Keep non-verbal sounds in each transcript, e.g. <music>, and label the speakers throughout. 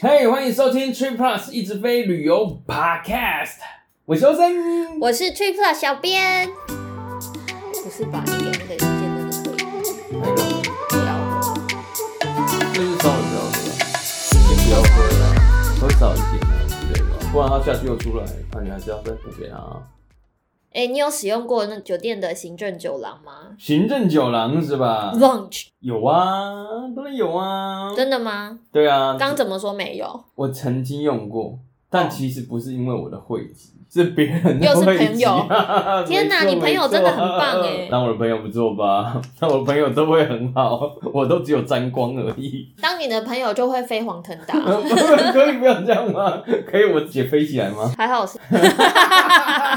Speaker 1: 嘿欢迎收听 Trip Plus 一直飞旅游 Podcast，我是欧森。
Speaker 2: 我是 Trip Plus 小编。不是吧？一点那个意见真的可以不要。
Speaker 1: 就是中文标准，先不要喝了，喝少一点啊，对吧？不然他下次又出来，那你还是要再补给他啊。
Speaker 2: 哎、你有使用过那酒店的行政酒廊吗
Speaker 1: 行政酒廊是吧？
Speaker 2: ？Lunch
Speaker 1: 有啊，当然有啊。
Speaker 2: 真的吗？
Speaker 1: 对啊，
Speaker 2: 刚怎么说没有？
Speaker 1: 我曾经用过，但其实不是因为我的会籍，是别人的
Speaker 2: 哦又是
Speaker 1: 会
Speaker 2: 朋
Speaker 1: 籍
Speaker 2: 友 <laughs>
Speaker 1: 啊
Speaker 2: 天哪
Speaker 1: 没错
Speaker 2: 你朋友
Speaker 1: 没错
Speaker 2: 真的很棒欸
Speaker 1: 但我的朋友不错吧？但我的朋友都会很好，我都只有沾光而已。 <laughs>
Speaker 2: 当你的朋友就会飞黄腾达。 <laughs>
Speaker 1: 可以不要这样吗？可以我姐飞起来
Speaker 2: <laughs>
Speaker 1: 吗？
Speaker 2: 还好是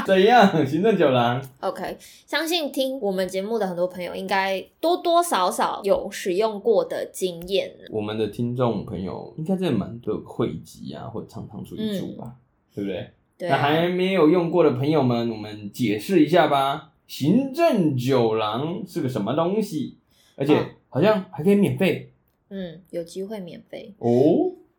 Speaker 1: 怎样？行政酒廊
Speaker 2: OK，相信听我们节目的很多朋友应该多多少少有使用过的经验呢。
Speaker 1: 我们的听众朋友应该真的蛮多有会籍啊，或者常常出去住
Speaker 2: 嗯
Speaker 1: 吧，对不对？
Speaker 2: 对
Speaker 1: 那
Speaker 2: 啊，
Speaker 1: 还没有用过的朋友们，我们解释一下吧。行政酒廊是个什么东西？而且
Speaker 2: 嗯
Speaker 1: 好像还可以免费
Speaker 2: 嗯，有机会免费。
Speaker 1: 哦。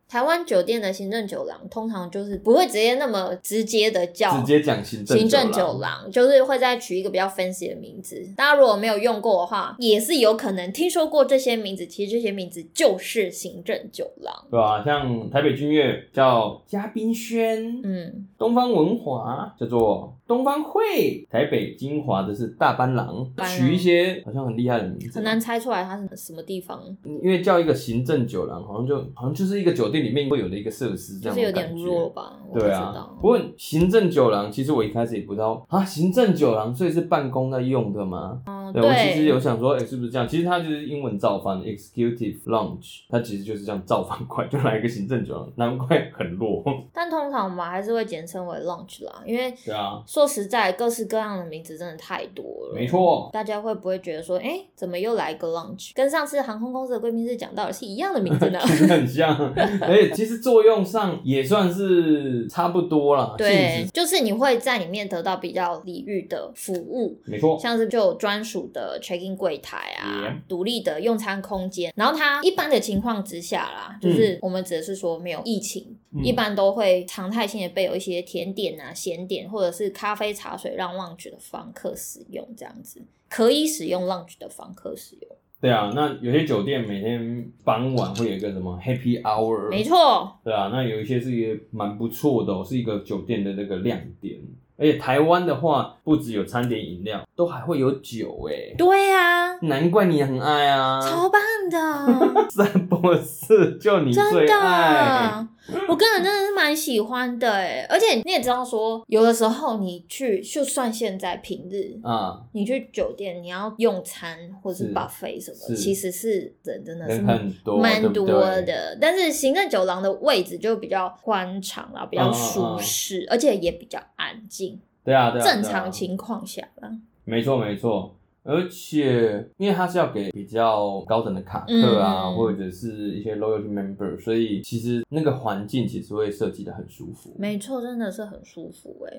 Speaker 2: 台湾酒店的行政酒廊通常就是不会直接那么直接的叫
Speaker 1: 直接讲行政
Speaker 2: 哦行政
Speaker 1: 酒
Speaker 2: 酒
Speaker 1: 廊，
Speaker 2: 廊，就是会再取一个比较 fancy 的名字。大家如果没有用过的话，也是有可能听说过这些名字。其实这些名字就是行政酒廊。
Speaker 1: 对吧、像台北君悦叫嘉宾轩，
Speaker 2: 嗯，
Speaker 1: 东方文华叫做东方汇，台北精华的是大班郎，
Speaker 2: 班郎
Speaker 1: 取一些好像很厉害的名字，
Speaker 2: 很难猜出来它是什么地方，
Speaker 1: 因为叫一个行政酒廊，好像就好像就是一个酒店里面会有的一个设施，这样
Speaker 2: 就是
Speaker 1: 的
Speaker 2: 有
Speaker 1: 感
Speaker 2: 点
Speaker 1: 觉。
Speaker 2: 弱吧？我不知
Speaker 1: 对啊
Speaker 2: 道，。
Speaker 1: 不过行政酒廊，其实我一开始也不知道啊，行政酒廊所以是办公在用的吗？
Speaker 2: 嗯，
Speaker 1: 对，我其实有想说，哎、是不是这样？其实它就是英文造反，executive lounge，它其实就是这样造反快，就来一个行政酒廊，难怪很弱。
Speaker 2: 但通常我们还是会简称为 launch 啦，因为
Speaker 1: <laughs> 对啊，
Speaker 2: 说实在，各式各样的名字真的太多了。
Speaker 1: 没。错，
Speaker 2: 大家会不会觉得说，哎、怎么又来一个 launch？跟上次航空公司的贵宾室讲到的是一样的名
Speaker 1: <laughs>
Speaker 2: 字呢？
Speaker 1: 其实很像，
Speaker 2: <laughs>
Speaker 1: 而且其实作用上也算是差不多啦，性
Speaker 2: 对
Speaker 1: 质，
Speaker 2: 就是你会在里面得到比较礼遇的服务，
Speaker 1: 没错。
Speaker 2: 像是就有专属的 check in 柜台啊
Speaker 1: Yeah，
Speaker 2: 独立的用餐空间。然后它一般的情况之下啦，就是我们指的是说没有疫情，
Speaker 1: 嗯
Speaker 2: 一般都会常态性的备有一些甜点啊、咸点或者是咖啡、茶水让 lunch 的房客使用，这样子可以使用 lunch 的房客使用。
Speaker 1: 对啊，那有些酒店每天傍晚会有一个什么 happy hour，
Speaker 2: 没错，
Speaker 1: 对啊，那有一些是也蛮不错的、哦，是一个酒店的那个亮点。而且台湾的话，不只有餐点、饮料，都还会有酒哎，
Speaker 2: 对啊，
Speaker 1: 难怪你很爱啊！
Speaker 2: 超棒的，
Speaker 1: 三 <laughs> 博士就你
Speaker 2: 真
Speaker 1: 最爱，
Speaker 2: 的，我个人真的是蛮喜欢的哎。而且你也知道说，有的时候你去，就算现在平日，
Speaker 1: 啊，
Speaker 2: 你去酒店你要用餐或
Speaker 1: 是
Speaker 2: 是 buffet 什么
Speaker 1: 是
Speaker 2: 的，其实是人真的是
Speaker 1: 人很多，对
Speaker 2: 蛮
Speaker 1: 不
Speaker 2: 多
Speaker 1: 对啊
Speaker 2: 的，但是行政酒廊的位置就比较宽敞啦，比
Speaker 1: 嗯
Speaker 2: 较舒适，而且也比较安静。
Speaker 1: 对啊，对啊，对啊
Speaker 2: 正常情况下啦，
Speaker 1: 没错没错，而且因为它是要给比较高等的卡客啊，
Speaker 2: 嗯
Speaker 1: 或者是一些 loyalty member，所以其实那个环境其实会设计的很舒服。
Speaker 2: 没错，真的是很舒服哎、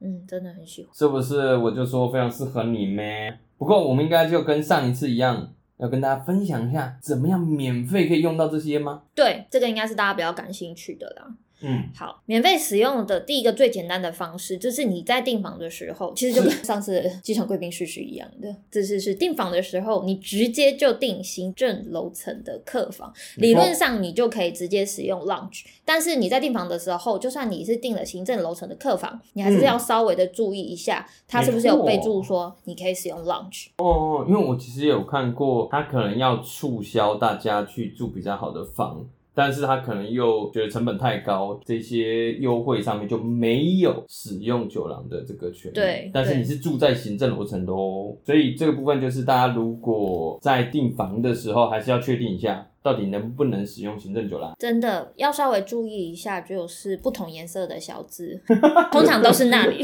Speaker 2: 嗯，真的很喜欢。
Speaker 1: 是不是？我就说非常适合你咩？不过我们应该就跟上一次一样，要跟大家分享一下，怎么样免费可以用到这些吗？
Speaker 2: 对，这个应该是大家比较感兴趣的啦。
Speaker 1: 嗯，
Speaker 2: 好，免费使用的第一个最简单的方式，就是你在订房的时候，其实就跟上次的机场贵宾室是一样的。这次是订房的时候，你直接就订行政楼层的客房，理论上你就可以直接使用 lounge。但是你在订房的时候，就算你是订了行政楼层的客房，你还是要稍微的注意一下，它是不是有备注说你可以使用 lounge。
Speaker 1: 哦，因为我其实有看过，他可能要促销大家去住比较好的房，但是他可能又觉得成本太高，这些优惠上面就没有使用酒廊的这个权利。
Speaker 2: 对
Speaker 1: 但是
Speaker 2: 对
Speaker 1: 你是住在行政楼层的哦，所以这个部分就是大家如果在订房的时候，还是要确定一下，到底能不能使用行政酒廊。
Speaker 2: 真的要稍微注意一下，就是不同颜色的小字，通常都是
Speaker 1: <laughs>
Speaker 2: 那里。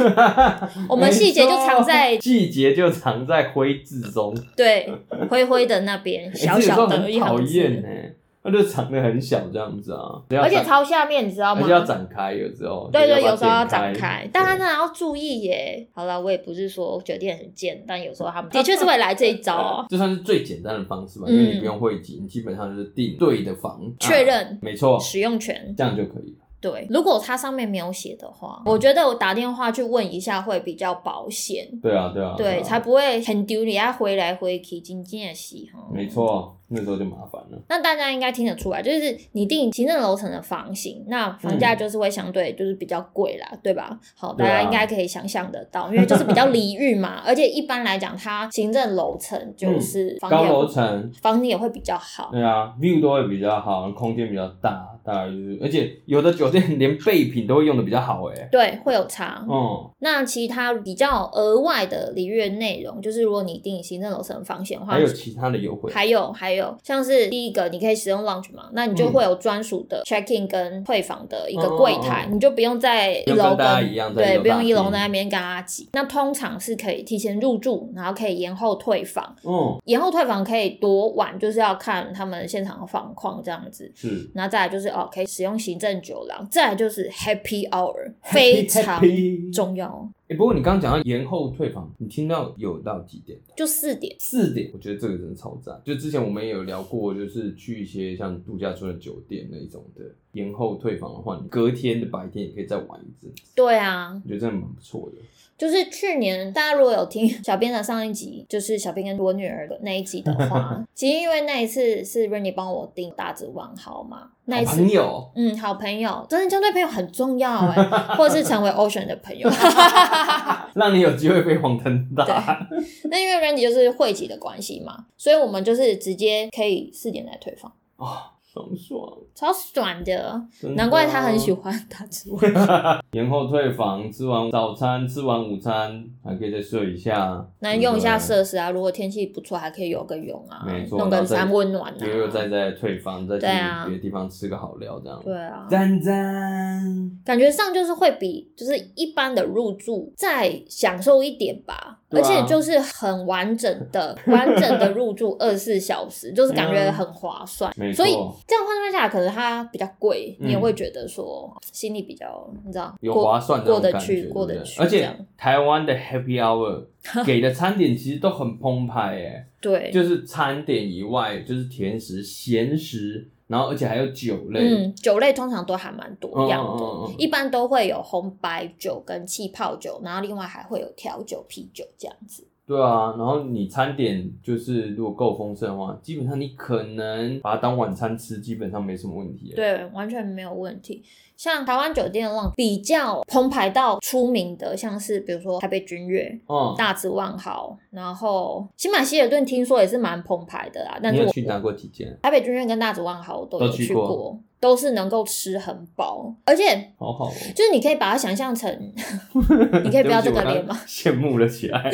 Speaker 2: 我们细节就藏在
Speaker 1: 没错细节就藏在灰字中，
Speaker 2: 对，灰灰的那
Speaker 1: <laughs>
Speaker 2: 边，
Speaker 1: 欸
Speaker 2: 小小
Speaker 1: 这有时候
Speaker 2: 的
Speaker 1: 很
Speaker 2: 一行
Speaker 1: 讨
Speaker 2: 字
Speaker 1: 厌呢。欸那就藏得很小这样子啊。只要
Speaker 2: 而且
Speaker 1: 展
Speaker 2: 超下面，你知道
Speaker 1: 而
Speaker 2: 吗
Speaker 1: 且？要展开，有时候
Speaker 2: 对
Speaker 1: 就是
Speaker 2: 对，有时
Speaker 1: 把
Speaker 2: 候
Speaker 1: 它
Speaker 2: 要
Speaker 1: 点
Speaker 2: 展开，但他真的要注意耶。好了，我也不是说酒店很贱，但有时候他们的确是会来这一招
Speaker 1: <laughs>
Speaker 2: 哦。
Speaker 1: 这算是最简单的方式吧，
Speaker 2: 嗯
Speaker 1: 因为你不用汇集，你基本上就是订对的房，
Speaker 2: 确
Speaker 1: 啊、
Speaker 2: 认
Speaker 1: 没错，
Speaker 2: 使用权，
Speaker 1: 这样就可以了。
Speaker 2: 对，如果它上面没有写的话，我觉得我打电话去问一下会比较保险，
Speaker 1: 对啊，对啊，
Speaker 2: 对，
Speaker 1: 啊
Speaker 2: 才不会很丢脸，要回来回去，真正是哈。
Speaker 1: 没。错，那时候就麻烦了。
Speaker 2: 那大家应该听得出来，就是你定行政楼层的房型，那房价就是会相对就是比较贵啦，对吧？好，
Speaker 1: 嗯
Speaker 2: 大
Speaker 1: 对啊
Speaker 2: 家应该可以想象得到，因为就是比较离
Speaker 1: <laughs>
Speaker 2: 域嘛，而且一般来讲，它行政楼层就是房
Speaker 1: 嗯高
Speaker 2: 也
Speaker 1: 楼层，
Speaker 2: 房也会比较好。
Speaker 1: 对啊，view 都会比较好，空间比较大，大概就是，而且有的酒店连备品都会用的比较好、欸，哎，
Speaker 2: 对，会有差。
Speaker 1: 嗯，
Speaker 2: 那其他比较额外的礼乐内容，就是如果你定行政楼层房型的话，
Speaker 1: 还有其他的优惠，
Speaker 2: 还有还有，像是第一个，你可以使用 lounge 嘛，那你就
Speaker 1: 嗯
Speaker 2: 会有专属的 check in 跟退房的一个柜台，
Speaker 1: 哦哦哦
Speaker 2: 你就不用在一
Speaker 1: 不用
Speaker 2: 楼
Speaker 1: 跟大家一样在一
Speaker 2: 对，
Speaker 1: 楼
Speaker 2: 不用一
Speaker 1: 大
Speaker 2: 楼
Speaker 1: 厅
Speaker 2: 那边跟他挤。那通常是可以提前入住，然后可以延后退房，
Speaker 1: 嗯，
Speaker 2: 延后退房可以多晚，就是要看他们现场的房况这样子。
Speaker 1: 是
Speaker 2: 然后再来就是哦，可以使用行政酒廊，再来就是 Happy Hour，非常
Speaker 1: Happy
Speaker 2: 重要哦，
Speaker 1: 欸不过你刚刚讲到延后退房，你听到有到几点？
Speaker 2: 就四点。
Speaker 1: 四点，我觉得这个真的超赞。就之前我们也有聊过，就是去一些像度假村的酒店那一种的，延后退房的话，你隔天的白天也可以再玩一阵子，
Speaker 2: 对啊，
Speaker 1: 我觉得真的蛮不错的。
Speaker 2: 就是去年大家如果有听 <laughs> 小编的上一集，就是小编跟我女儿的那一集的
Speaker 1: <laughs>
Speaker 2: 话，其实因为那一次是 Rainy 帮我订大直网号嘛，那一
Speaker 1: 好
Speaker 2: 次
Speaker 1: 朋友，
Speaker 2: 嗯，好朋友，真的交对朋友很重要哎、或者是成为 Ocean 的朋友。 <laughs> 啊
Speaker 1: 让你有机会被黄灯打。
Speaker 2: 那因为 Rainy 就是汇集的关系嘛，所以我们就是直接可以四点来退房，
Speaker 1: 哦，爽爽，
Speaker 2: 超爽的，
Speaker 1: 真的
Speaker 2: 难怪他
Speaker 1: 哦
Speaker 2: 很喜。欢大直网。
Speaker 1: 延后退房，吃完早餐，吃完午餐，还可以再睡一下，
Speaker 2: <laughs> 那用一下
Speaker 1: 对不
Speaker 2: 设施啊，如果天气不错，还可以游个泳啊
Speaker 1: 没，错
Speaker 2: 弄个
Speaker 1: 然后再
Speaker 2: 三温暖啊。
Speaker 1: 对，悠悠再再退房，再去
Speaker 2: 对啊
Speaker 1: 别的地方吃个好料，这样。
Speaker 2: 对
Speaker 1: <laughs>
Speaker 2: 啊，
Speaker 1: 赞赞，
Speaker 2: 感觉上就是会比就是一般的入住再享受一点吧，
Speaker 1: 对
Speaker 2: 而
Speaker 1: 啊
Speaker 2: 且就是很完整的
Speaker 1: <laughs>
Speaker 2: 完整的入住二十四小时，就是感觉很划算。
Speaker 1: 嗯没
Speaker 2: 所以
Speaker 1: 错。
Speaker 2: 这样换算下来，可能它比较贵，
Speaker 1: 嗯
Speaker 2: 你也会觉得说心里比较你知道
Speaker 1: 有
Speaker 2: 过
Speaker 1: 划算的
Speaker 2: 过
Speaker 1: 那种
Speaker 2: 得
Speaker 1: 感觉
Speaker 2: 去，
Speaker 1: 对
Speaker 2: 过
Speaker 1: 不对
Speaker 2: 得去，
Speaker 1: 而
Speaker 2: 这
Speaker 1: 且
Speaker 2: 样
Speaker 1: 台湾的 Happy
Speaker 2: <laughs>
Speaker 1: Hour 给的餐点其实都很澎湃诶，
Speaker 2: 对，
Speaker 1: 就是餐点以外就是甜食、咸食，然后而且还有酒类。
Speaker 2: 嗯，酒类通常都还蛮多样的，
Speaker 1: 嗯嗯嗯嗯
Speaker 2: 一般都会有红白酒跟气泡酒，然后另外还会有调酒、啤酒这样子。
Speaker 1: 对啊，然后你餐点就是如果够丰盛的话，基本上你可能把它当晚餐吃，基本上没什么问题。，
Speaker 2: 对，完全没有问题。像台湾酒店浪比较澎湃到出名的，像是比如说台北君悦、
Speaker 1: 嗯，
Speaker 2: 大直万豪，然后新马希尔顿听说也是蛮澎湃的啦。但
Speaker 1: 你
Speaker 2: 是
Speaker 1: 有
Speaker 2: 我
Speaker 1: 去拿过几间？
Speaker 2: 台北君悦跟大直万豪我都有
Speaker 1: 都去
Speaker 2: 去
Speaker 1: 过
Speaker 2: 过，都是能够吃很饱，而且
Speaker 1: 好好哦。
Speaker 2: 就是你可以把它想象成， <laughs> 你可以不要这个脸吗？
Speaker 1: 对不起？我刚 <laughs> 刚羡慕了起
Speaker 2: <laughs>
Speaker 1: 来。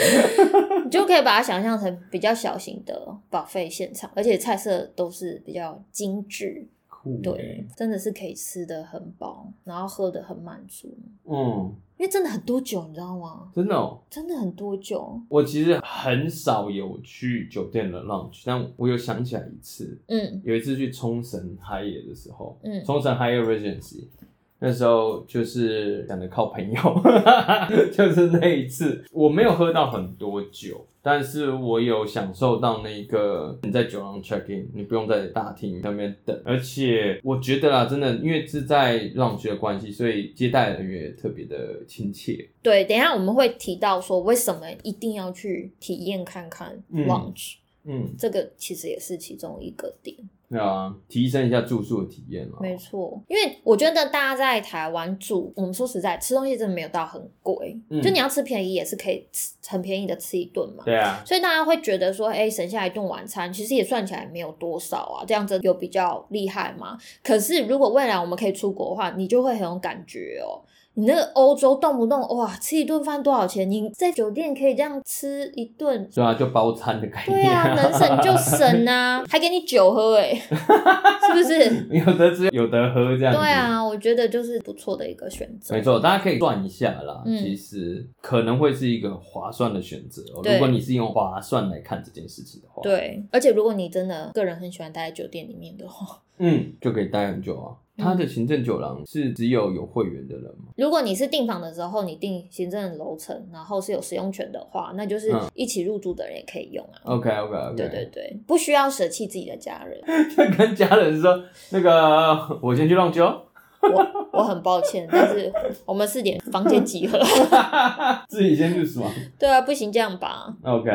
Speaker 2: 你就可以把它想象成比较小型的 buffet 现场，而且菜色都是比较精致，
Speaker 1: 酷欸
Speaker 2: 对，，真的是可以吃的很饱，然后喝的很满足，
Speaker 1: 嗯，
Speaker 2: 因为真的很多酒，你知道吗？
Speaker 1: 真的哦。
Speaker 2: 真的很多酒，
Speaker 1: 我其实很少有去酒店的 lounge，但我有想起来一次，
Speaker 2: 嗯
Speaker 1: 有一次去冲绳嗨野的时候，
Speaker 2: 嗯，
Speaker 1: 冲绳 Higher Regency，那时候就是讲的靠朋友， <laughs> 就是那一次我没有喝到很多酒，但是我有享受到那个你在酒廊 check in，你不用在大厅那边等，而且我觉得啦，真的因为是在 lounge 的关系，所以接待人员也特别的亲切，
Speaker 2: 对，等一下我们会提到说为什么一定要去体验看看
Speaker 1: 嗯
Speaker 2: lunch，、
Speaker 1: 嗯，
Speaker 2: 这个其实也是其中一个点，
Speaker 1: 对啊，提升一下住宿的体验啊啦。
Speaker 2: 没错，因为我觉得大家在台湾住，我们说实在，吃东西真的没有到很贵，
Speaker 1: 嗯
Speaker 2: 就你要吃便宜也是可以吃很便宜的吃一顿嘛，
Speaker 1: 对啊，
Speaker 2: 所以大家会觉得说，哎、省下一顿晚餐，其实也算起来没有多少啊，这样子有比较厉害吗？可是如果未来我们可以出国的话，你就会很有感觉哦。你那个欧洲动不动哇，吃一顿饭多少钱？你在酒店可以这样吃一顿，
Speaker 1: 对啊，就包餐的概念。
Speaker 2: 对啊，能省就省啊，还给你酒喝哎、是
Speaker 1: <laughs>
Speaker 2: 不是？
Speaker 1: <laughs> 有的只有有的喝这样
Speaker 2: 对
Speaker 1: 子。
Speaker 2: 啊，我觉得就是不错的一个选择
Speaker 1: 没。错，大家可以算一下啦，
Speaker 2: 嗯
Speaker 1: 其实可能会是一个划算的选择哦、
Speaker 2: 对
Speaker 1: 如果你是用划算来看这件事情的话，，
Speaker 2: 对，而且如果你真的个人很喜欢待在酒店里面的话，
Speaker 1: 嗯，就可以待很久啊。
Speaker 2: 嗯
Speaker 1: 他的行政酒廊是只有有会员的人吗？
Speaker 2: 如果你是订房的时候你订行政楼层，然后是有使用权的话，那就是
Speaker 1: 嗯
Speaker 2: 一起入住的人也可以用啊。
Speaker 1: OK OK OK，
Speaker 2: 对对对，不需要舍弃自己的家人。
Speaker 1: 就 <laughs> 跟家人说，那个我先去弄酒，
Speaker 2: 我我很抱歉，但是我们四点房间集合。
Speaker 1: <laughs>
Speaker 2: <laughs>
Speaker 1: 自己先去爽。
Speaker 2: 对啊，不行这样吧？
Speaker 1: <laughs> OK，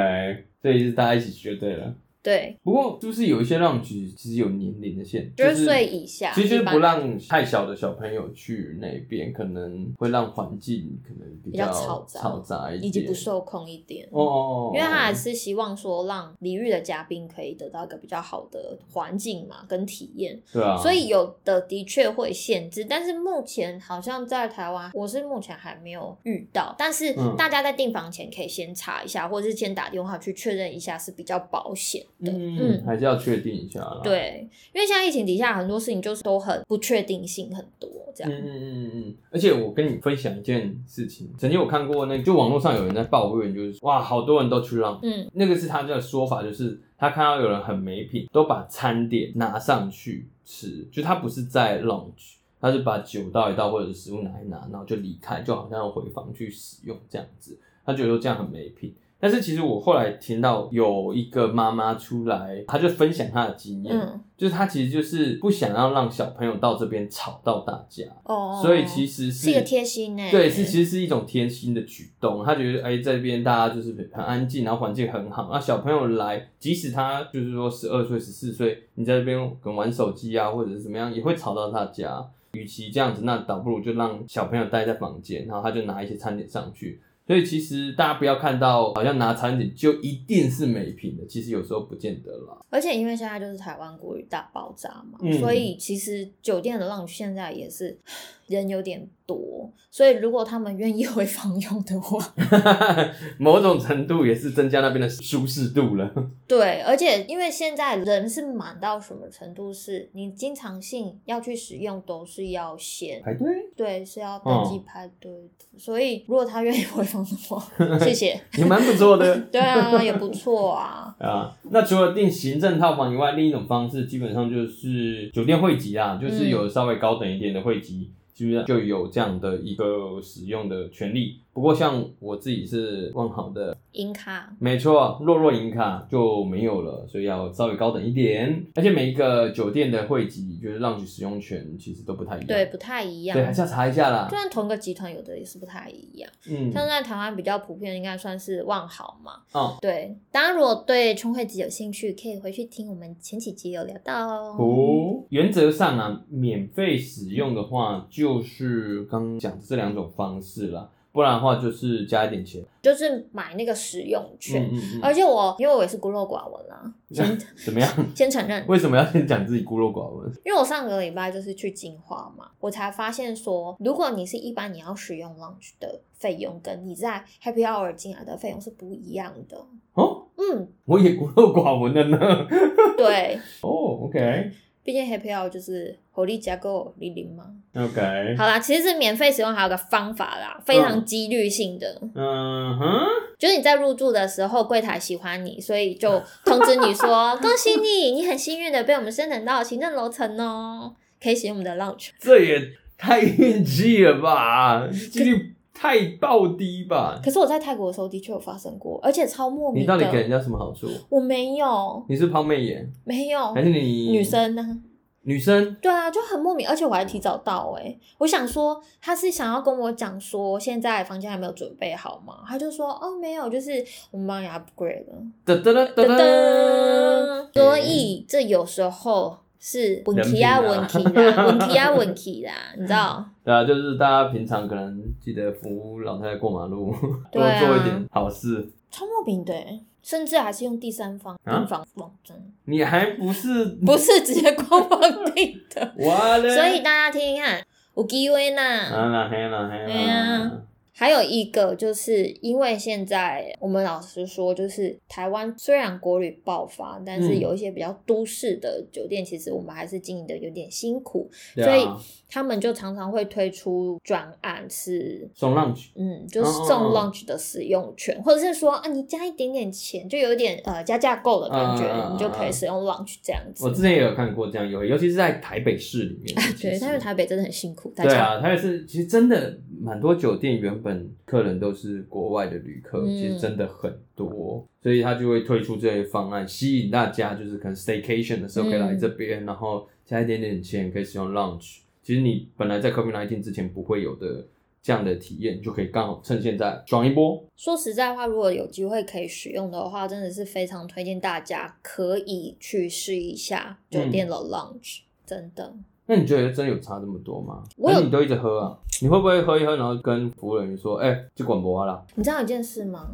Speaker 1: 所以是大家一起去就对了。
Speaker 2: 对，
Speaker 1: 不过就是有一些让局其实有年龄的限制，
Speaker 2: 就是是岁以下
Speaker 1: 其实就是
Speaker 2: 一般
Speaker 1: 不让太小的小朋友去那边，可能会让环境可能比
Speaker 2: 比较
Speaker 1: 嘈
Speaker 2: 嘈杂
Speaker 1: 杂一点，
Speaker 2: 以及不受控一点。
Speaker 1: 哦哦，哦
Speaker 2: 因为他还
Speaker 1: 哦
Speaker 2: 是希望说，让离日的嘉宾可以得到一个比较好的环境嘛，跟体验，
Speaker 1: 对啊，
Speaker 2: 所以有的的确会限制，但是目前好像在台湾，我是目前还没有遇到，但是
Speaker 1: 嗯
Speaker 2: 大家在订房前可以先查一下，或者是先打电话去确认一下是比较保险的，
Speaker 1: 嗯，还是要确定一下啦。
Speaker 2: 对，因为现在疫情底下很多事情就是都很不确定性很多，这
Speaker 1: 嗯
Speaker 2: 样，
Speaker 1: 嗯嗯嗯嗯，而且我跟你分享一件事情，曾经我看过那就网络上有人在抱怨，就是哇，好多人都去浪，
Speaker 2: 嗯
Speaker 1: 那个是他的说法，就是他看到有人很没品，都把餐点拿上去吃，就他不是在 lounge，他是把酒倒一倒或者是食物拿一拿，然后就离开，就好像要回房去使用这样子，他觉得这样很没品。但是其实我后来听到有一个妈妈出来，她就分享她的经验，
Speaker 2: 嗯，
Speaker 1: 就是她其实就是不想要让小朋友到这边吵到大家，
Speaker 2: 哦，
Speaker 1: 所以其实是
Speaker 2: 是一个贴心欸
Speaker 1: 对，是其实是一种贴心的举动。他觉得哎、这边大家就是很安静，然后环境很好。那小朋友来，即使他就是说十二岁、十四岁，你在这边可能玩手机啊，或者是怎么样，也会吵到大家。与其这样子，那倒不如就让小朋友待在房间，然后他就拿一些餐点上去。所以其实大家不要看到好像拿餐点就一定是美品的，其实有时候不见得啦。
Speaker 2: 而且因为现在就是台湾国语大爆炸嘛，
Speaker 1: 嗯
Speaker 2: 所以其实酒店的 lounge 现在也是 <sighs> 人有点多，所以如果他们愿意回房用的话，
Speaker 1: <laughs> 某种程度也是增加那边的舒适度了。 <laughs>
Speaker 2: 对，而且因为现在人是满到什么程度是，你经常性要去使用都是要先
Speaker 1: 排队
Speaker 2: 对是要
Speaker 1: 哦
Speaker 2: 登记排队的，所以如果他愿意回房的
Speaker 1: <laughs>
Speaker 2: 话，谢谢，
Speaker 1: 也蛮不错的。
Speaker 2: 对啊，也不错啊，
Speaker 1: 啊，那除了订行政套房以外，另一种方式基本上就是酒店会籍啊，
Speaker 2: 嗯
Speaker 1: 就是有稍微高等一点的会籍，基本上就有这样的一个使用的权利。不过像我自己是万豪的，
Speaker 2: 银卡
Speaker 1: 没错，弱弱银卡就没有了，所以要稍微高等一点。而且每一个酒店的会籍就是让取使用权其实都不太一样，
Speaker 2: 对不太一样
Speaker 1: 对，，还是要查一下啦
Speaker 2: 就。算同一个集团有的也是不太一样。
Speaker 1: 嗯，
Speaker 2: 像在台湾比较普遍，应该算是万豪嘛。
Speaker 1: 哦，
Speaker 2: 对，大家如果对冲会集有兴趣，可以回去听我们前几集有聊到哦。
Speaker 1: 哦，原则上啊，免费使用的话，就是刚讲的这两种方式啦，不然的话就是加一点钱。
Speaker 2: 就是买那个使用权。
Speaker 1: 嗯嗯
Speaker 2: 而且我因为我也是孤陋寡闻啦，
Speaker 1: 嗯，怎么样？
Speaker 2: 先承认，
Speaker 1: <laughs> 为什么要先讲自己孤陋寡闻？
Speaker 2: 因为我上个礼拜就是去金华嘛，我才发现说，如果你是一般你要使用 lunch 的费用，跟你在 happy hour 进来的费用是不一样的。
Speaker 1: 哦，
Speaker 2: 嗯，
Speaker 1: 我也孤陋寡闻了呢。 <laughs>
Speaker 2: 对，
Speaker 1: 哦，OK
Speaker 2: 毕竟 happy hour 就是火力加购零零嘛。
Speaker 1: OK，
Speaker 2: 好啦，其实免费使用还有个方法啦，非常几率性的，
Speaker 1: 嗯哼，
Speaker 2: 就是你在入住的时候，柜台喜欢你，所以就通知你说 <laughs> 恭喜你，你很幸运的被我们升等到行政楼层哦，可以使用我们的 lounge。
Speaker 1: 这也太运气了吧，几率太爆低吧？
Speaker 2: 可是我在泰国的时候的确有发生过，而且超莫
Speaker 1: 你
Speaker 2: 名
Speaker 1: 到底给人
Speaker 2: 的。
Speaker 1: 家什么好处？
Speaker 2: 我没有，
Speaker 1: 你是抛媚眼，
Speaker 2: 没有
Speaker 1: 还，是你
Speaker 2: 哦女？生呢？
Speaker 1: 女生
Speaker 2: 对啊，就很莫名，而且我还提早到哎、我想说他是想要跟我讲说现在房间还没有准备好吗？他就说哦没有，就是我们帮你 upgrade 了。
Speaker 1: 噔噔噔噔
Speaker 2: 噔
Speaker 1: 噔。
Speaker 2: 噔。所以这有时候是问题啊，
Speaker 1: 人
Speaker 2: 问题
Speaker 1: 品
Speaker 2: 啦，问
Speaker 1: <laughs>
Speaker 2: 题啊，问题啦，你知道？
Speaker 1: 对啊，就是大家平常可能记得扶老太太过马路， <laughs>
Speaker 2: 对
Speaker 1: 多
Speaker 2: 啊
Speaker 1: 做一点好事。
Speaker 2: 超莫名的欸，甚至还是用第三方
Speaker 1: 啊
Speaker 2: 订房网站，
Speaker 1: 你还不是。
Speaker 2: 不是直接官方订的
Speaker 1: 我嘞？
Speaker 2: 所以大家听听看。有机会呐。
Speaker 1: 啊啦嘿啦嘿
Speaker 2: 对啊
Speaker 1: 啦，
Speaker 2: 还有一个就是因为现在我们老实说，就是台湾虽然国旅爆发，但是
Speaker 1: 嗯
Speaker 2: 有一些比较都市的酒店，其实我们还是经营的有点辛苦，
Speaker 1: 对
Speaker 2: 所以
Speaker 1: 啊，
Speaker 2: 他们就常常会推出专案是。
Speaker 1: 送浪去，
Speaker 2: 嗯，就是
Speaker 1: 嗯嗯
Speaker 2: 送
Speaker 1: 嗯
Speaker 2: lunch 的使用权，或者是说啊，你加一点点钱，就有点呃加价购的感觉，
Speaker 1: 嗯嗯嗯嗯
Speaker 2: 你就可以使用 lunch 这样子。
Speaker 1: 我之前也有看过这样优惠，尤其是在台北市里面，其
Speaker 2: <laughs> 对，
Speaker 1: 实
Speaker 2: 但是台北真的很辛苦，大
Speaker 1: 对
Speaker 2: 家、
Speaker 1: 啊，台北市其实真的蛮多酒店原本客人都是国外的旅客，
Speaker 2: 嗯
Speaker 1: 其实真的很多，所以他就会推出这些方案，吸引大家就是可能 staycation 的时候可以来这边，然后加一点点钱可以使用 lounge。其实你本来在 COVID 1 9之前不会有的这样的体验，你就可以刚好趁现在爽一波。
Speaker 2: 说实在话，如果有机会可以使用的话，真的是非常推荐大家可以去试一下酒
Speaker 1: 嗯
Speaker 2: 店的 lounge，、真的。
Speaker 1: 那你觉得真有差这么多吗？
Speaker 2: 我
Speaker 1: 那
Speaker 2: 有
Speaker 1: 你都一直喝啊？你会不会喝一喝，然后跟服务人员说：“哎、就管博啦
Speaker 2: 你知道有件事吗？？”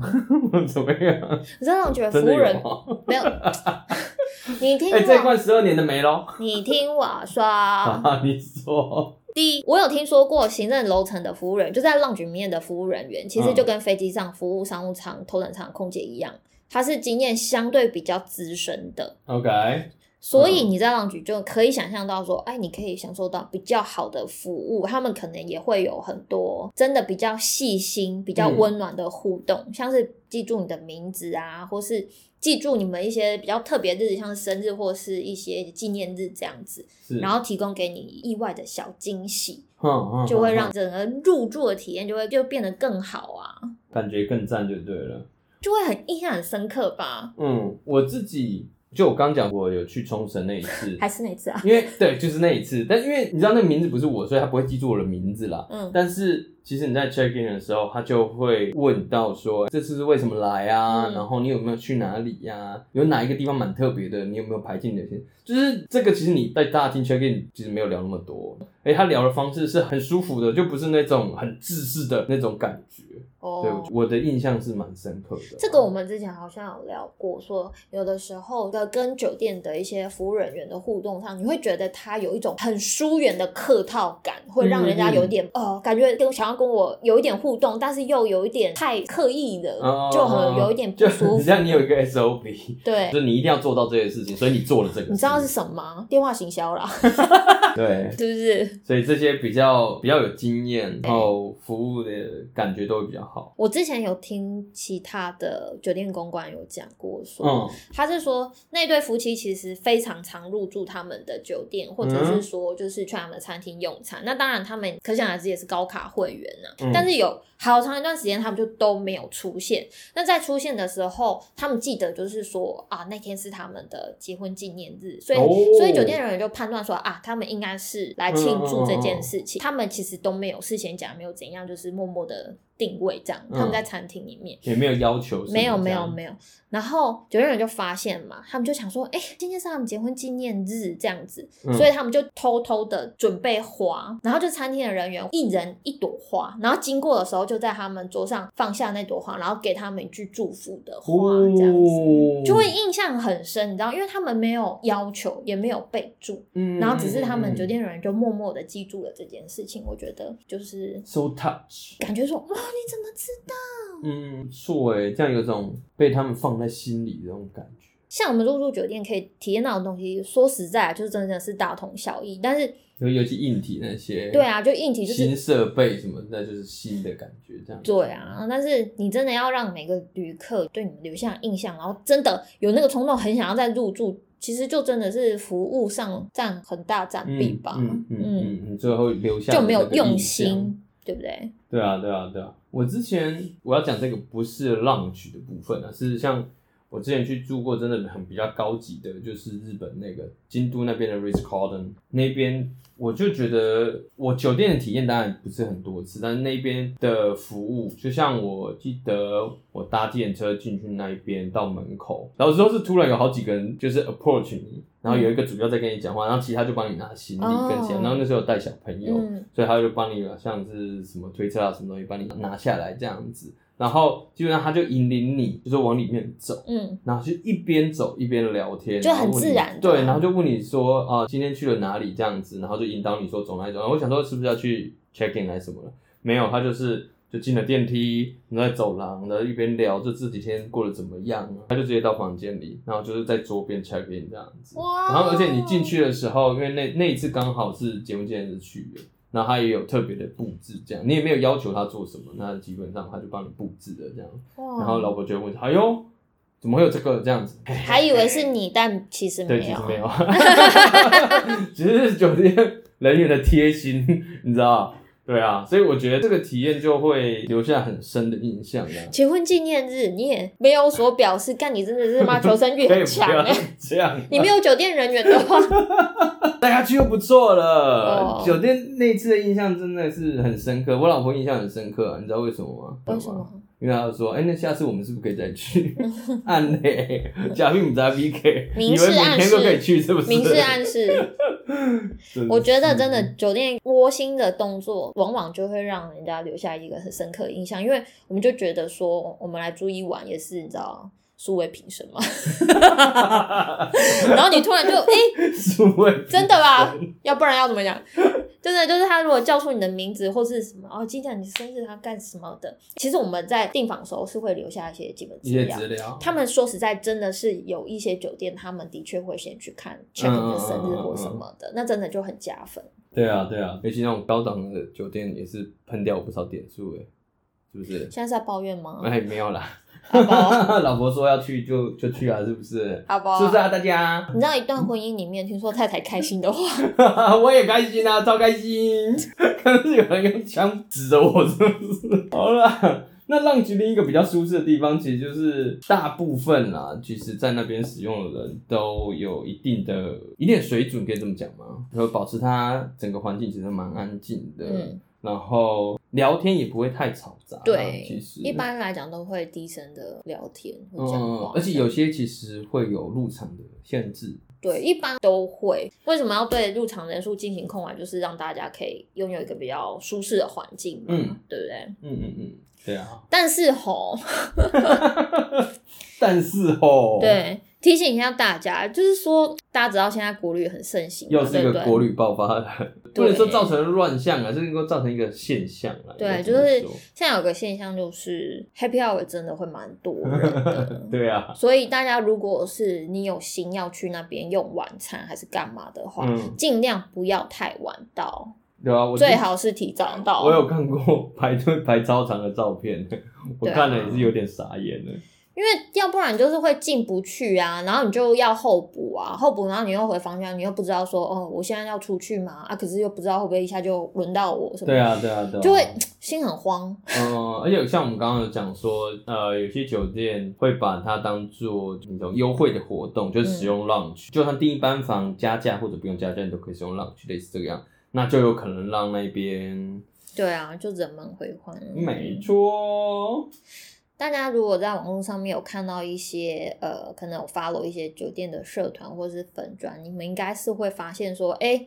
Speaker 1: <laughs> 怎么样？
Speaker 2: 我真的觉得服
Speaker 1: 真的
Speaker 2: 务
Speaker 1: 有
Speaker 2: 人
Speaker 1: 吗？
Speaker 2: 没有，
Speaker 1: <laughs>
Speaker 2: 你听
Speaker 1: 哎、这一
Speaker 2: 我，
Speaker 1: 罐十二年的没喽。
Speaker 2: 你听我说，
Speaker 1: 啊， <laughs> 你说。
Speaker 2: 第一，我有听说过行政楼层的服务人员，就在浪局里面的服务人员，其实就
Speaker 1: 嗯
Speaker 2: 跟飞机上服务商务舱、头等舱的空姐一样，他是经验相对比较资深的，
Speaker 1: OK，
Speaker 2: 所以你在浪局就可以想象到说，哎，你可以享受到比较好的服务，他们可能也会有很多真的比较细心、比较温暖的互动，像是记住你的名字啊，或是记住你们一些比较特别日子，像是生日或是一些纪念日这样子，
Speaker 1: 是，
Speaker 2: 然后提供给你意外的小惊喜。
Speaker 1: 哼哼
Speaker 2: 就会
Speaker 1: 哼
Speaker 2: 让整个入住的体验就会就变得更好啊，
Speaker 1: 感觉更赞就对了。
Speaker 2: 就会很印象很深刻吧？
Speaker 1: 嗯，我自己就我刚讲，我有去冲绳那一次，
Speaker 2: 还是那次啊？
Speaker 1: 因为对，就是那一次，但因为你知道那个名字不是我，所以他不会记住我的名字啦。
Speaker 2: 嗯，
Speaker 1: 但是其实你在 check in 的时候，他就会问到说这次是为什么来啊？
Speaker 2: 嗯
Speaker 1: 然后你有没有去哪里呀、有哪一个地方蛮特别的？你有没有排进你的行程？就是这个，其实你在大厅 check in 其实没有聊那么多，哎，他聊的方式是很舒服的，就不是那种很自私的那种感觉。对，我
Speaker 2: 哦，
Speaker 1: 我的印象是蛮深刻的。
Speaker 2: 这个我们之前好像有聊过，说有的时候的跟酒店的一些服务人员的互动上，你会觉得他有一种很疏远的客套感，会让
Speaker 1: 嗯
Speaker 2: 人家有点呃，感觉跟想要跟我有一点互动，但是又有一点太刻意的，
Speaker 1: 哦
Speaker 2: 就很有一点不舒
Speaker 1: 就 <laughs>
Speaker 2: 服。
Speaker 1: 你像你有一个 SOP，
Speaker 2: 对
Speaker 1: 就，是你一定要做到这些事情，所以你做了这个事。
Speaker 2: 你知道是什么吗？电话行销啦， <laughs>
Speaker 1: 对，
Speaker 2: 是不是？
Speaker 1: 所以这些比较比较有经验，然后服务的感觉都会比较好。
Speaker 2: 我之前有听其他的酒店公关有讲过说，
Speaker 1: 嗯，
Speaker 2: 他是说那对夫妻其实非常常入住他们的酒店，或者是说就是去他们的餐厅用餐。那当然，他们可想而知也是高卡会员呐、
Speaker 1: 嗯
Speaker 2: 但是有好长一段时间，他们就都没有出现。那在出现的时候，他们记得就是说啊，那天是他们的结婚纪念日，所以、
Speaker 1: 哦
Speaker 2: 所以酒店人员就判断说啊，他们应该是来庆祝这件
Speaker 1: 嗯
Speaker 2: 事情。他们其实都没有事先讲，没有怎样，就是默默的定位这样。
Speaker 1: 嗯
Speaker 2: 他们在餐厅里面。
Speaker 1: 也没有要求什么
Speaker 2: 没有
Speaker 1: 这
Speaker 2: 没有
Speaker 1: 样
Speaker 2: 没有，然后酒店人就发现嘛，他们就想说，哎、今天是他们结婚纪念日这样子，
Speaker 1: 嗯
Speaker 2: 所以他们就偷偷的准备花，然后就餐厅的人员一人一朵花，然后经过的时候就在他们桌上放下那朵花，然后给他们一句祝福的话，这样子。
Speaker 1: 哦
Speaker 2: 就会印象很深，你知道，因为他们没有要求，也没有备注，
Speaker 1: 嗯
Speaker 2: 然后只是他们酒
Speaker 1: 就
Speaker 2: 店人员就默默的记住了这件事情。我觉得就是
Speaker 1: so touch，
Speaker 2: 感觉说，哇，你怎么知道？
Speaker 1: 嗯，不错哎，这样有种被他们放在心里的那种感觉。
Speaker 2: 像我们入住酒店可以体验到的东西，说实在啊就是真的是大同小异。但是，
Speaker 1: 尤尤其硬体那些，
Speaker 2: 对啊，就硬体就
Speaker 1: 新
Speaker 2: 是
Speaker 1: 设备什么的，那就是新的感觉这样。
Speaker 2: 对啊。但是你真的要让每个旅客对你们留下印象，然后真的有那个冲动，很想要再入住，其实就真的是服务上占很大占比
Speaker 1: 嗯，
Speaker 2: 吧。
Speaker 1: 嗯嗯嗯嗯，最后留下
Speaker 2: 就没
Speaker 1: 那
Speaker 2: 有
Speaker 1: 个
Speaker 2: 用
Speaker 1: 印象
Speaker 2: 心，对不对？
Speaker 1: 对啊，对啊，对啊。我之前我要讲这个不是浪曲的部分啊，是像我之前去住过真的很比较高级的，就是日本那个京都那边的 Ritz Carlton 那边，我就觉得我酒店的体验当然不是很多次，但是那边的服务，就像我记得我搭计程车进去那一边到门口，老实说是突然有好几个人就是 approach 你，然后有一个主要在跟你讲话，然后其他就帮你拿行李跟钱，
Speaker 2: 哦
Speaker 1: 然后那时候有带小朋友。
Speaker 2: 嗯
Speaker 1: 呃所以他就帮你把像是什么推车啊什么东西帮你拿下来这样子。然后基本上他就引领你，就是往里面走。
Speaker 2: 嗯，
Speaker 1: 然后就一边走一边聊天，
Speaker 2: 就很
Speaker 1: 然后问你
Speaker 2: 自然的
Speaker 1: 对，然后就问你说啊、今天去了哪里这样子，然后就引导你说哦走哪里走哪里。我想说是不是要去 check in 还是什么了？没有，他就是就进了电梯，然后在走廊，然后一边聊就这几天过得怎么样啊，他就直接到房间里，然后就是在桌边 check in 这样子。
Speaker 2: 哇
Speaker 1: 然后而且你进去的时候，因为那那一次刚好是节目纪念日去的。然后他也有特别的布置，这样你也没有要求他做什么，那基本上他就帮你布置了这样。
Speaker 2: 哇
Speaker 1: 然后老婆就会问：“哎呦，怎么会有这个这样子？”
Speaker 2: 还以为是你，但其实
Speaker 1: 对，
Speaker 2: 没
Speaker 1: 其
Speaker 2: 有
Speaker 1: 实，没有，只是酒店人员的贴心，你知道？对啊，所以我觉得这个体验就会留下很深的印象 <laughs> 啊。
Speaker 2: 结婚纪念日你也没有所表示，干你真的是妈求生欲
Speaker 1: 可以
Speaker 2: 很
Speaker 1: 不
Speaker 2: 强
Speaker 1: 要
Speaker 2: 哎、
Speaker 1: 这样，
Speaker 2: 你没有酒店人员的 <laughs> 话，
Speaker 1: 带他去就不错了。
Speaker 2: 哦
Speaker 1: 酒店那次的印象真的是很深刻，我老婆印象很深刻、啊，你知道为什么吗？
Speaker 2: 为什？么？
Speaker 1: 因为她就说：“哎、那下次我们是不是可以再
Speaker 2: <laughs>
Speaker 1: 去？”暗嘞，假并不在 PK，你们
Speaker 2: 明示
Speaker 1: 每
Speaker 2: 暗
Speaker 1: 天
Speaker 2: 示
Speaker 1: 都可以去，是不是？
Speaker 2: 明示暗 <laughs> 示，
Speaker 1: 真
Speaker 2: 我觉得
Speaker 1: 是
Speaker 2: 真的酒店窝心的动作，往往就会让人家留下一个很深刻的印象，因为我们就觉得说，我们来住一晚也是你知道，素为平 <laughs> 生嘛。
Speaker 1: <laughs>
Speaker 2: 然后你突然就哎、
Speaker 1: 是会
Speaker 2: 真的吧？要不然要怎么讲？真的就是他如果叫出你的名字或是什么哦，今天你生日他干什么的？其实我们在订房的时候是会留下一些基本
Speaker 1: 一
Speaker 2: 资
Speaker 1: 些
Speaker 2: 料。
Speaker 1: 资料，
Speaker 2: 他们说实在，真的是有一些酒店，他们的确会先去看 check
Speaker 1: 嗯
Speaker 2: 你的生日或什么的，那真的就很加分。
Speaker 1: 对啊对啊，尤其那种高档的酒店也是喷掉我不少点数哎，是不是？
Speaker 2: 现在是在抱怨吗？
Speaker 1: 哎，没有啦，<laughs>
Speaker 2: 阿包，
Speaker 1: 老婆说要去就就去啊，是不是？
Speaker 2: 阿包，
Speaker 1: 是不是啊，大家？
Speaker 2: 你知道一段婚姻里面，听说太太开心的话，
Speaker 1: <laughs> 我也开心啊，超开心！ <laughs> 可是有人用枪指着我，是不是？好啦，那浪吉另一个比较舒适的地方，其实就是大部分啦，其实在那边使用的人都有一定的、一定的水准，可以这么讲吗？然后保持它整个环境其实蛮安静的，
Speaker 2: 嗯，
Speaker 1: 然后聊天也不会太嘈杂啦，啊其
Speaker 2: 对，
Speaker 1: 实
Speaker 2: 一。般来讲都会低声的聊天，会讲
Speaker 1: 嗯
Speaker 2: 话，，
Speaker 1: 而且有些其实会有入场的限制，
Speaker 2: 对，一般都会。为什么要对入场人数进行控管？就是让大家可以拥有一个比较舒适的环境嘛，
Speaker 1: 嗯哦
Speaker 2: 对不对？
Speaker 1: 嗯嗯嗯，对啊，
Speaker 2: 但是吼，
Speaker 1: 但是吼，，
Speaker 2: 对，提醒一下大家，就是说大家知道现在国旅很盛行嘛，
Speaker 1: 又是一
Speaker 2: 对不
Speaker 1: 个
Speaker 2: 对？
Speaker 1: 国旅爆发的，不能说造成乱象啊，是能够造成一个现象啊。
Speaker 2: 对，
Speaker 1: 应该
Speaker 2: 就
Speaker 1: 这么
Speaker 2: 是
Speaker 1: 说。
Speaker 2: 现在有个现象就是 Happy Hour 真的会蛮多 <laughs> 人的
Speaker 1: <laughs> 对啊，
Speaker 2: 所以大家如果是你有心要去那边用晚餐还是干嘛的话，
Speaker 1: 嗯
Speaker 2: 尽量不要太晚到，
Speaker 1: 对啊，我
Speaker 2: 最。好是提早到。
Speaker 1: 我有看过 <laughs> 排队排超长的照片， <laughs> 我
Speaker 2: 对啊
Speaker 1: 看了也是有点傻眼了。
Speaker 2: 因为要不然你就是会进不去啊，然后你就要候补啊，候补，然后你又回房间，你又不知道说，哦，我现在要出去嘛，啊，可是又不知道会不会一下就轮到我什么，
Speaker 1: 对，啊，对啊，对啊，
Speaker 2: 就会心很慌。
Speaker 1: 嗯，而且像我们刚刚有讲说，呃，有些酒店会把它当做那种优惠的活动，就是使
Speaker 2: 嗯
Speaker 1: 用 lounge，、就算订一班房加价或者不用加价，你都可以使用 lounge，类似这个样，那就有可能让那边
Speaker 2: 对啊，就人满为患。
Speaker 1: 没错，
Speaker 2: 大家如果在网络上面有看到一些呃，可能有 follow 一些酒店的社团或是粉专，你们应该是会发现说，哎、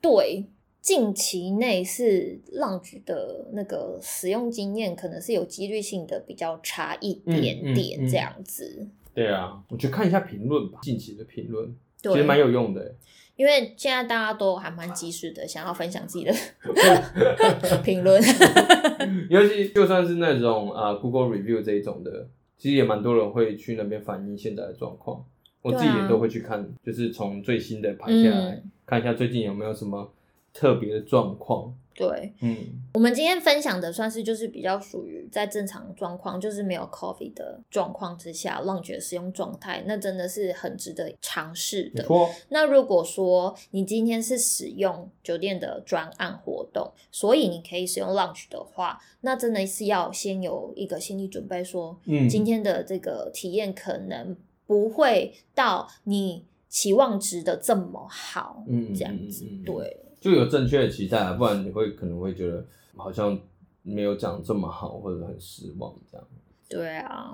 Speaker 2: 对，近期内是 lounge 的那个使用经验可能是有几率性的比较差一点
Speaker 1: 嗯嗯嗯
Speaker 2: 点这样子。
Speaker 1: 对啊，我去看一下评论吧，近期的评论其实蛮
Speaker 2: 对，
Speaker 1: 有用的， <laughs>
Speaker 2: 因为现在大家都还蛮及时的，想要分享自己的 <laughs> 评
Speaker 1: <laughs>
Speaker 2: 论。
Speaker 1: 尤其就算是那种啊、呃 Google review 这一种的，其实也蛮多人会去那边反映现在的状况。我自己
Speaker 2: 对啊嗯
Speaker 1: 也都会去看，就是从最新的排下来、看一下最近有没有什么特别的状况。
Speaker 2: 对，
Speaker 1: 嗯，
Speaker 2: 我们今天分享的算是就是比较属于在正常状况，就是没有 COVID 的状况之下，浪爵使用状态，那真的是很值得尝试
Speaker 1: 没
Speaker 2: 的。
Speaker 1: 错，哦
Speaker 2: 那如果说你今天是使用酒店的专案活动，所以你可以使用 lunch 的话，那真的是要先有一个心理准备说
Speaker 1: 嗯，
Speaker 2: 今天的这个体验可能不会到你期望值的这么好，
Speaker 1: 嗯
Speaker 2: 这样子
Speaker 1: 嗯嗯嗯，
Speaker 2: 对。
Speaker 1: 就有正确的期待啊，不然你会可能会觉得好像没有讲这么好，或者很失望这样。
Speaker 2: 对啊，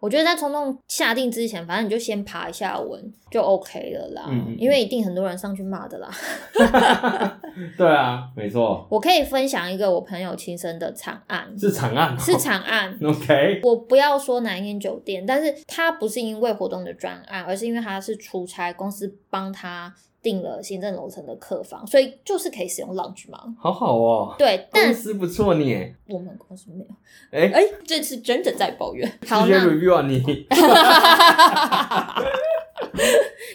Speaker 2: 我觉得在冲动下定之前，反正你就先爬一下文就 OK 了啦，
Speaker 1: 嗯嗯嗯
Speaker 2: 因为一定很多人上去骂的啦。 <laughs>
Speaker 1: 对啊，没错，
Speaker 2: 我可以分享一个我朋友亲身的惨案，
Speaker 1: 是惨案哦，
Speaker 2: 是惨
Speaker 1: <laughs>
Speaker 2: 案。
Speaker 1: OK，
Speaker 2: 我不要说哪一间酒店，但是他不是因为活动的专案，而是因为他是出差，公司帮他订了行政楼层的客房，所以就是可以使用 lounge 嘛。
Speaker 1: 好好哦，
Speaker 2: 对，
Speaker 1: 公
Speaker 2: 但
Speaker 1: 司不错你，哎、
Speaker 2: 我们公司没有。
Speaker 1: 欸，
Speaker 2: 哎、这次真的在抱怨。好，
Speaker 1: 直接
Speaker 2: 那
Speaker 1: review 啊你，
Speaker 2: <laughs>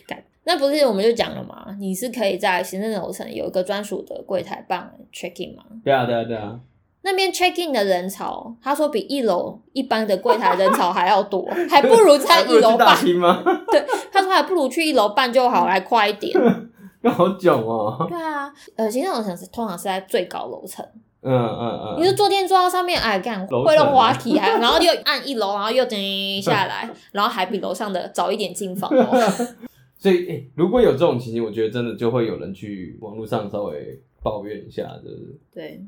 Speaker 2: 干那不是我们就讲了嘛？你是可以在行政楼层有一个专属的柜台办 check in 吗？
Speaker 1: 对啊对啊对啊，
Speaker 2: 那边 check in 的人潮，他说比一楼一般的柜台人潮还
Speaker 1: <laughs>
Speaker 2: 要多，还不如在
Speaker 1: 还不
Speaker 2: 一
Speaker 1: 如
Speaker 2: 楼
Speaker 1: 去
Speaker 2: 办
Speaker 1: 大。厅吗？ <laughs>
Speaker 2: 他说还不如去一楼办就好，还快一点。
Speaker 1: 好囧哦，
Speaker 2: 对啊，呃，行政楼层是通常是在最高楼层，
Speaker 1: 嗯嗯嗯，
Speaker 2: 你就坐垫坐到上面，哎干
Speaker 1: 层啊嗯
Speaker 2: 会弄滑梯，还然后又按一楼，然后又噔下来，然后还比楼上的早一点进房
Speaker 1: <laughs>
Speaker 2: 哦。
Speaker 1: 所以、欸、如果有这种情形，我觉得真的就会有人去网络上稍微抱怨一下，就是。
Speaker 2: 对，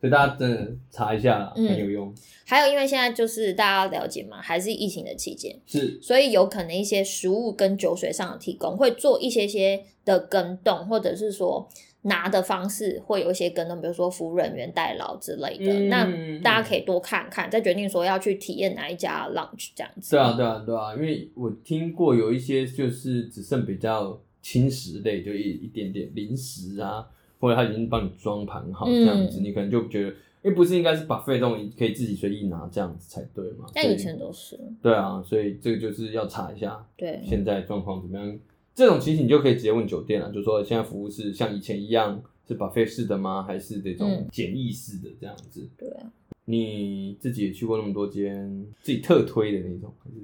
Speaker 1: 所以大家真的查一下啦，
Speaker 2: 嗯
Speaker 1: 很有用。
Speaker 2: 还有因为现在就是大家了解嘛，还是疫情的期间，
Speaker 1: 是，
Speaker 2: 所以有可能一些食物跟酒水上的提供会做一些些的更动，或者是说拿的方式会有一些更动，比如说服务人员代劳之类的。
Speaker 1: 嗯
Speaker 2: 那大家可以多看看，再决定说要去体验哪一家 lunch 这样子。
Speaker 1: 对啊，对啊，对啊，因为我听过有一些就是只剩比较轻食类，就一一点点零食啊，或者他已经帮你装盘好这样子，
Speaker 2: 嗯
Speaker 1: 你可能就觉得，因为不是应该是把费这种可以自己随意拿这样子才对嘛？
Speaker 2: 但
Speaker 1: 所
Speaker 2: 以前都是
Speaker 1: 对啊，所以这个就是要查一下
Speaker 2: 对，
Speaker 1: 现在状况怎么样。这种情形你就可以直接问酒店了，就说现在服务是像以前一样是把费式的吗？还是这种
Speaker 2: 嗯
Speaker 1: 简易式的这样子？
Speaker 2: 对啊
Speaker 1: 你自己也去过那么多间，自己特推的那种，还是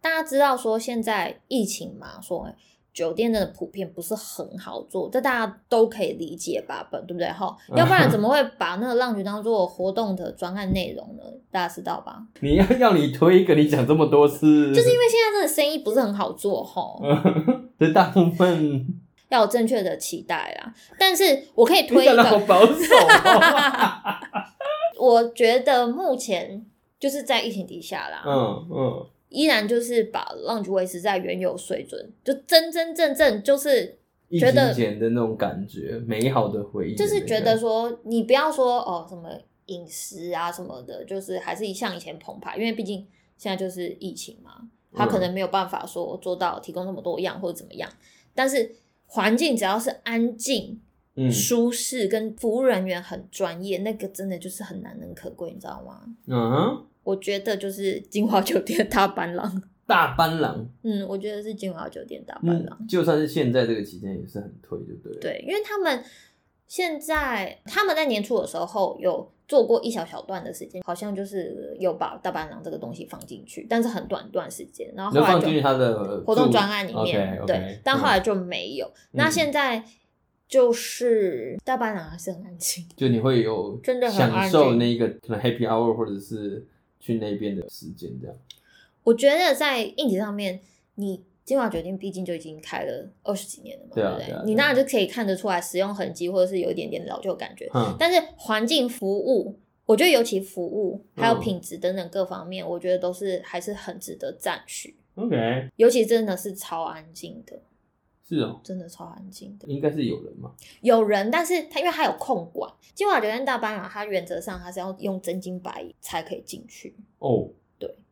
Speaker 2: 大家知道说现在疫情嘛，说酒店真的普遍不是很好做，这大家都可以理解吧？本对不对？哈，要不
Speaker 1: 嗯
Speaker 2: 然怎么会把那个浪局当做活动的专案内容呢？大家知道吧？
Speaker 1: 你要要你推一个，你讲这么多次，
Speaker 2: 就是因为现在真的生意不是很好做哈，
Speaker 1: 为 <laughs> 这大部分
Speaker 2: 要有正确的期待啦。但是我可以
Speaker 1: 你
Speaker 2: <laughs> 推一
Speaker 1: 讲的好
Speaker 2: 个，
Speaker 1: 保守、
Speaker 2: <laughs>
Speaker 1: 哦，
Speaker 2: 我觉得目前就是在疫情底下啦，
Speaker 1: 嗯嗯，
Speaker 2: 依然就是把浪局维持在原有水准，就真真正正就是
Speaker 1: 疫
Speaker 2: 觉得
Speaker 1: 情前的那种感觉，美好的回忆的
Speaker 2: 就
Speaker 1: 那个，
Speaker 2: 是觉得说，你不要说哦什么饮食啊什么的，就是还是像以前澎湃，因为毕竟现在就是疫情
Speaker 1: 嗯
Speaker 2: 嘛，他可能没有办法说做到提供那么多样或者怎么样，但是环境只要是安
Speaker 1: 嗯
Speaker 2: 静、舒适，跟服务人员很专业，那个真的就是很难能可贵，你知道吗？
Speaker 1: 嗯哼，
Speaker 2: 我觉得就是金华酒店大班郎，
Speaker 1: 大班狼，
Speaker 2: 嗯，我觉得是金华酒店大班郎。
Speaker 1: 嗯，就算是现在这个期间也是很推，对不对？，
Speaker 2: 对，因为他们现在他们在年初的时候有做过一小小段的时间，好像就是有把大伴郎这个东西放进去，但是很短一段时间，然后
Speaker 1: 能
Speaker 2: 后来
Speaker 1: 放进去
Speaker 2: 就
Speaker 1: 他的
Speaker 2: 活动专案里面
Speaker 1: o k o k
Speaker 2: 对，但后来就没有。
Speaker 1: 嗯
Speaker 2: 那现在就是大伴郎还是很安静，
Speaker 1: 就你会有
Speaker 2: 真的很
Speaker 1: 享
Speaker 2: 安
Speaker 1: 受
Speaker 2: 静
Speaker 1: 那个可能 happy hour 或者是去那边的时间这样。
Speaker 2: 我觉得在硬体上面，你。金华酒店毕竟就已经开了二十几年了嘛，
Speaker 1: 对啊
Speaker 2: 不对？
Speaker 1: 对啊对啊
Speaker 2: 你当然就可以看得出来使用痕迹，或者是有一点点老旧感觉。
Speaker 1: 嗯，
Speaker 2: 但是环境服务，我觉得尤其服务还有
Speaker 1: 嗯
Speaker 2: 品质等等各方面，我觉得都是还是很值得赞许。
Speaker 1: OK，
Speaker 2: 尤其真的是超安静的，
Speaker 1: 是哦，
Speaker 2: 真的超安静的。
Speaker 1: 应该是有人嘛。
Speaker 2: 有人，但是他因为他有控管，金华酒店大班长，他原则上他是要用真金白银才可以进去，
Speaker 1: 哦，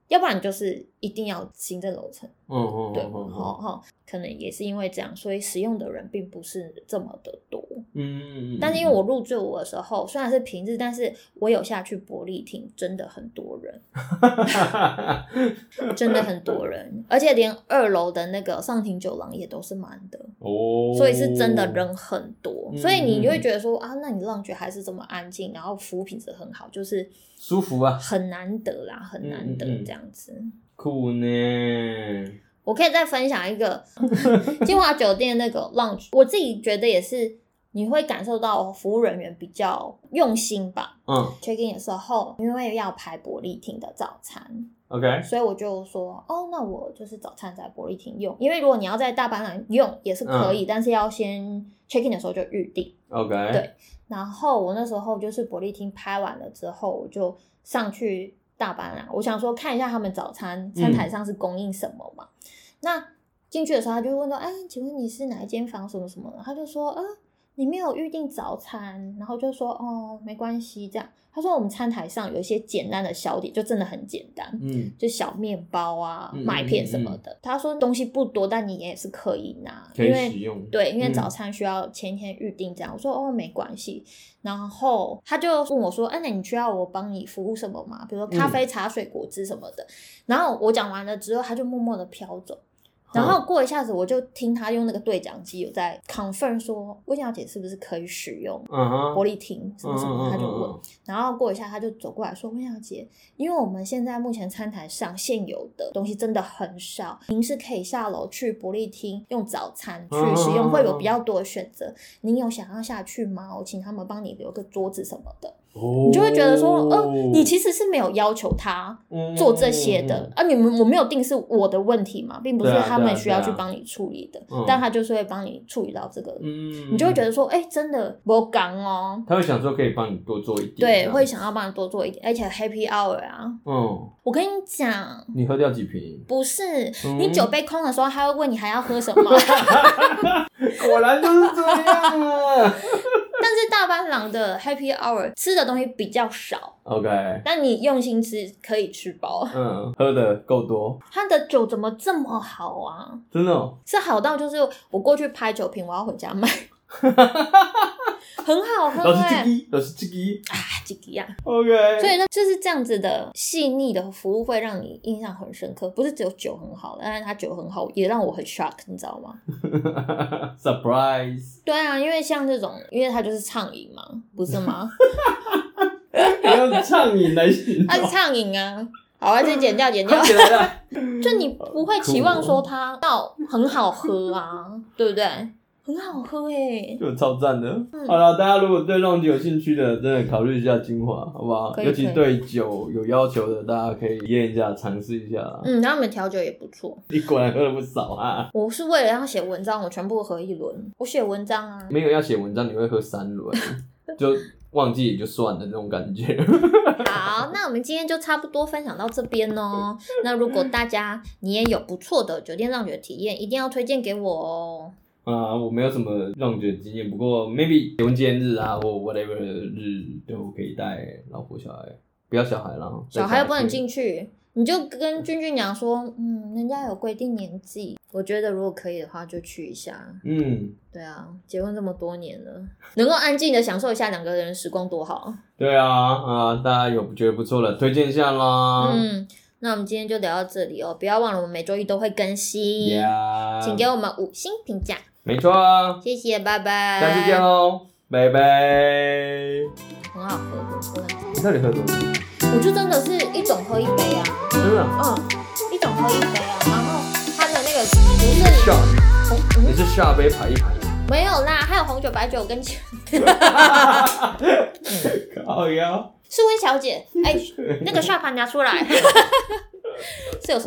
Speaker 2: 要不然就是一定要行政楼层。
Speaker 1: 嗯嗯
Speaker 2: 对，
Speaker 1: 嗯
Speaker 2: 哈、
Speaker 1: 嗯
Speaker 2: 哦、
Speaker 1: 嗯
Speaker 2: 哈、可能也是因为这样，所以使用的人并不是这么的多。
Speaker 1: 嗯嗯，
Speaker 2: 但是因为我入赘我的时候，虽然是平日，但是我有下去伯利厅，真的很多人，真的很
Speaker 1: <laughs>
Speaker 2: 多人，而且连二楼的那个上庭酒廊也都是满的，
Speaker 1: <laughs> 哦，
Speaker 2: 所以是真的人很多，
Speaker 1: 嗯
Speaker 2: 所以你就会觉得说啊，那你浪觉还是这么安静，然后服务品质很好，就是
Speaker 1: 舒服啊
Speaker 2: 很难得啦，很难得
Speaker 1: 嗯嗯嗯
Speaker 2: 这样子。
Speaker 1: 酷呢。
Speaker 2: 我可以再分享一个金华酒店那个 lounge，我自己觉得也是，你会感受到服务人员比较用心吧，
Speaker 1: 嗯
Speaker 2: check in 的时候，因为要排伯利厅的早餐，
Speaker 1: ，OK，
Speaker 2: 所以我就说，哦，那我就是早餐在伯利厅用，因为如果你要在大阪兰用也是可以，但是要先 check in 的时候就预定。
Speaker 1: OK，
Speaker 2: 对然后我那时候就是伯利厅拍完了之后，我就上去大阪啦，我想说看一下他们早餐餐
Speaker 1: 嗯
Speaker 2: 台上是供应什么嘛。那进去的时候，他就问说：“哎，请问你是哪一间房？什么什么的？”他就说：“啊，你没有预定早餐。”然后就说：“哦，没关系。”这样，他说我们餐台上有一些简单的小点，就真的很简单，
Speaker 1: 嗯，
Speaker 2: 就小面包啊、
Speaker 1: 嗯
Speaker 2: 麦片什么的。他说东西不多，但你也是可以拿，
Speaker 1: 可
Speaker 2: 因
Speaker 1: 以
Speaker 2: 为
Speaker 1: 使用。
Speaker 2: 对，因为
Speaker 1: 嗯
Speaker 2: 早餐需要前一天预定这样。我说哦，没关系。然后他就问我说：“哎、那你需要我帮你服务什么吗？比如说
Speaker 1: 嗯
Speaker 2: 咖啡、茶水、果汁什么的。然后我讲完了之后，他就默默的飘走。然后过一下子，我就听他用那个对讲机有在 confirm 说，魏小姐是不是可以使用
Speaker 1: 嗯哼，
Speaker 2: 玻璃瓶什么什么，他就问
Speaker 1: 嗯。嗯嗯嗯
Speaker 2: 然后过一下，他就走过来说：“温小姐，因为我们现在目前餐台上现有的东西真的很少，您是可以下楼去伯利厅用早餐去
Speaker 1: 嗯
Speaker 2: 使用，会有比较多的选择。您有想要下去吗？我请他们帮你留个桌子什么的。”
Speaker 1: 哦
Speaker 2: 你就会觉得说：“哦、你其
Speaker 1: 实
Speaker 2: 实是没有要求他做这些的，啊，你们我没有定是我的问题嘛，并不是
Speaker 1: 嗯对啊
Speaker 2: 他
Speaker 1: 对
Speaker 2: 们
Speaker 1: 啊
Speaker 2: 需要
Speaker 1: 对啊
Speaker 2: 去帮你处理的，
Speaker 1: 嗯
Speaker 2: 但他就是会帮你处理到这个。”
Speaker 1: 嗯，
Speaker 2: 你就会觉
Speaker 1: 得
Speaker 2: 得说，哎、真的我讲哦，
Speaker 1: 他会想说可以帮你多做一点，这
Speaker 2: 对，
Speaker 1: 样
Speaker 2: 会，想要帮你多做一点，而且 Happy Hour 啊，
Speaker 1: 嗯，
Speaker 2: 我跟你讲，
Speaker 1: 你喝掉几瓶？
Speaker 2: 不是、
Speaker 1: 嗯
Speaker 2: 你酒杯空的时候，他会问你还要喝
Speaker 1: <laughs>
Speaker 2: 什么，
Speaker 1: 果然就是这样啊。
Speaker 2: 但是大班狼的 Happy Hour 吃的东西比较少，
Speaker 1: OK，
Speaker 2: 但你用心吃可以吃饱。
Speaker 1: 嗯，喝的够多，
Speaker 2: 他的酒怎么这么好啊？
Speaker 1: 真的哦，
Speaker 2: 是好到就是我过去拍酒瓶，我要回
Speaker 1: <laughs>
Speaker 2: 家卖，很好喝
Speaker 1: 老师
Speaker 2: 哎、
Speaker 1: 鸡鸡，老师鸡鸡
Speaker 2: 啊这个呀，
Speaker 1: ，OK，
Speaker 2: 所以呢，就是这样子的细腻的服务会让你印象很深刻，不是只有酒很好，但是它酒很好也让我很 shock，你知道吗？
Speaker 1: <laughs> surprise，
Speaker 2: 对啊，因为像这种，因为它就是畅饮嘛，不是吗？
Speaker 1: 你用畅饮来形 <laughs>
Speaker 2: 它是
Speaker 1: 容，
Speaker 2: 畅饮啊。好，啊，这剪掉剪掉
Speaker 1: 快，起来了，
Speaker 2: 就你不会期望说它到很好喝啊，对不对？很好喝欸诶、
Speaker 1: 就超赞的
Speaker 2: 嗯。
Speaker 1: 好了，大家如果对弄酒有兴趣的，真的考虑一下精华，好不好？
Speaker 2: 可以
Speaker 1: 尤其
Speaker 2: 可以
Speaker 1: 对酒有要求的，大家可以验一下，尝试一下啦。
Speaker 2: 嗯，然后我们调酒也不错。
Speaker 1: 你果然喝了不少啊！
Speaker 2: 我是为了要写文章，我全部合一轮。我写文章啊，
Speaker 1: 没有要写文章，你会喝三
Speaker 2: <laughs>
Speaker 1: 轮，就忘记也就算了那种感觉。 <laughs>
Speaker 2: 好，那我们今天就差不多分享到这边哦。那如果大家你也有不错的酒店让酒体验，一定要推荐给我哦。
Speaker 1: 啊，我没有什么让觉经验，不过 maybe 结婚纪念日啊，或 whatever 日都可以带老婆小孩，不要小孩啦，
Speaker 2: 小孩又
Speaker 1: 带
Speaker 2: 不能进去，你就跟君君讲说，嗯，人家有规定年纪，我觉得如果可以的话就去一下。
Speaker 1: 嗯，
Speaker 2: 对啊，结婚这么多年了，能够安静的享受一下两个人的时光多好。
Speaker 1: 对啊，啊，大家有觉得不错的，推荐一下啦。
Speaker 2: 嗯，那我们今天就聊到这里哦，不要忘了我们每周一都会更新。
Speaker 1: ，Yeah，
Speaker 2: 请给我们五星评价，
Speaker 1: 没错啊，
Speaker 2: 谢谢，拜拜。
Speaker 1: 下次见哦喽，拜拜。
Speaker 2: 很好喝，我喝很
Speaker 1: 你到底喝多少？
Speaker 2: 我就真的是一种喝一杯啊，
Speaker 1: 真的啊
Speaker 2: 嗯，一种喝一杯啊，然后它的那个不是
Speaker 1: 下，
Speaker 2: 红，
Speaker 1: 你
Speaker 2: 嗯，
Speaker 1: 是下杯排
Speaker 2: <laughs>
Speaker 1: 一排。 <laughs>
Speaker 2: 没有啦，还有红酒、白酒跟酒，
Speaker 1: 好呀。
Speaker 2: 是温小姐，哎、那个 shot 盘拿出来。